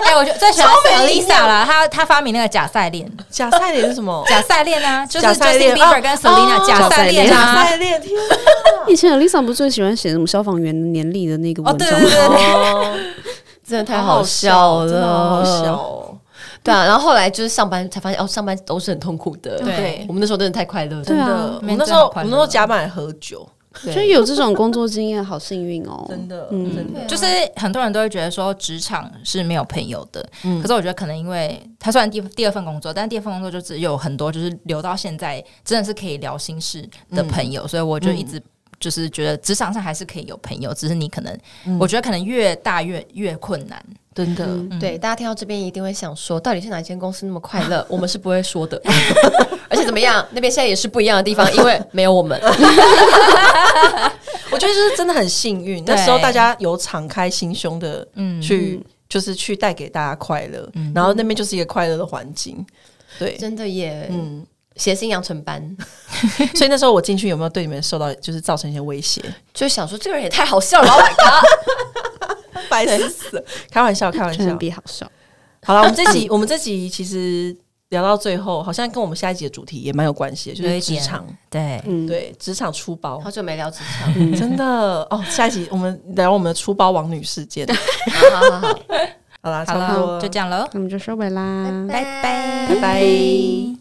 S4: 哎、我觉得最喜欢是
S3: 超没营
S4: Elisa
S3: 养
S4: 啦，她她发明那个假赛链，
S3: (laughs) 假赛脸是什么？
S4: 假赛链啊，就是
S3: 假赛
S4: Justin
S3: 链
S4: Bieber
S3: 哦
S4: 跟 Selina
S3: 哦
S4: 假赛链
S3: 假
S4: 啊。
S3: 赛脸，天
S1: 以前 Lisa 不是最喜欢写什么消防员的年历的那个
S4: 哦，
S1: 文
S4: 对
S1: 章
S4: 对
S1: 吗？
S4: 对对，
S3: 哦，
S5: 真的太
S3: 好好
S5: 好笑
S3: 真的好好笑
S5: 了。
S3: 哦。
S5: 对啊，然后后来就是上班才发现，哦，上班都是很痛苦的。
S4: 对
S5: 我们那时候真的太快乐了，
S1: 对啊
S3: 真的，我们那时候我们那时候甲板喝酒，
S5: 对
S1: 所以有这种工作经验，好幸运哦。
S3: 真的，
S1: 嗯
S3: 真的，
S4: 就是很多人都会觉得说职场是没有朋友的，
S3: 嗯
S4: 可是我觉得可能因为他虽然第第二份工作，但第二份工作就只有很多就是留到现在真的是可以聊心事的朋
S3: 嗯
S4: 友，所以我就一直就是觉得职场上还是可以有朋友，只是你可能、
S3: 嗯
S4: 我觉得可能越大越越困难。
S3: 真的。
S5: 对，大家听到这边一定会想说，到底是哪一间公司那么快乐？我们是不会说的。 (laughs) 而且怎么样，那边现在也是不一样的地方，因为没有我们。
S3: 我觉得就是真的很幸运，
S4: 对
S3: 那时候大家有敞开心胸的
S4: 嗯，
S3: 去，就是去带给大家快乐，然后那边就是一个快乐的环境。对，
S5: (laughs) 真的耶，
S3: 嗯，
S5: 谐星养成班
S3: 所以那时候我进去有没有对你们受到就是造成一些威胁？
S5: 就想说，这个人也太好笑了，老板 god！
S3: (laughs) 白痴死了！开玩笑，开玩
S1: 真的
S3: 笑。
S1: 比好笑。
S3: 好了，我们这集我们这集其实聊到最后，好像跟我们下一集的主题也蛮有关系的，就
S5: 有
S3: 是
S5: 一
S3: 职
S5: 点
S3: 场，
S5: 对，
S1: 嗯，，
S3: 对职场出包
S5: 好。久没聊职场，
S3: 真的哦，下一集我们聊我们的出包王女事件。
S5: 好好好好。
S3: 好啦，差
S4: 好
S3: 不多
S4: 了，
S3: 了
S4: 就这样喽，
S1: 那我们就收尾啦，
S4: 拜拜
S3: 拜拜。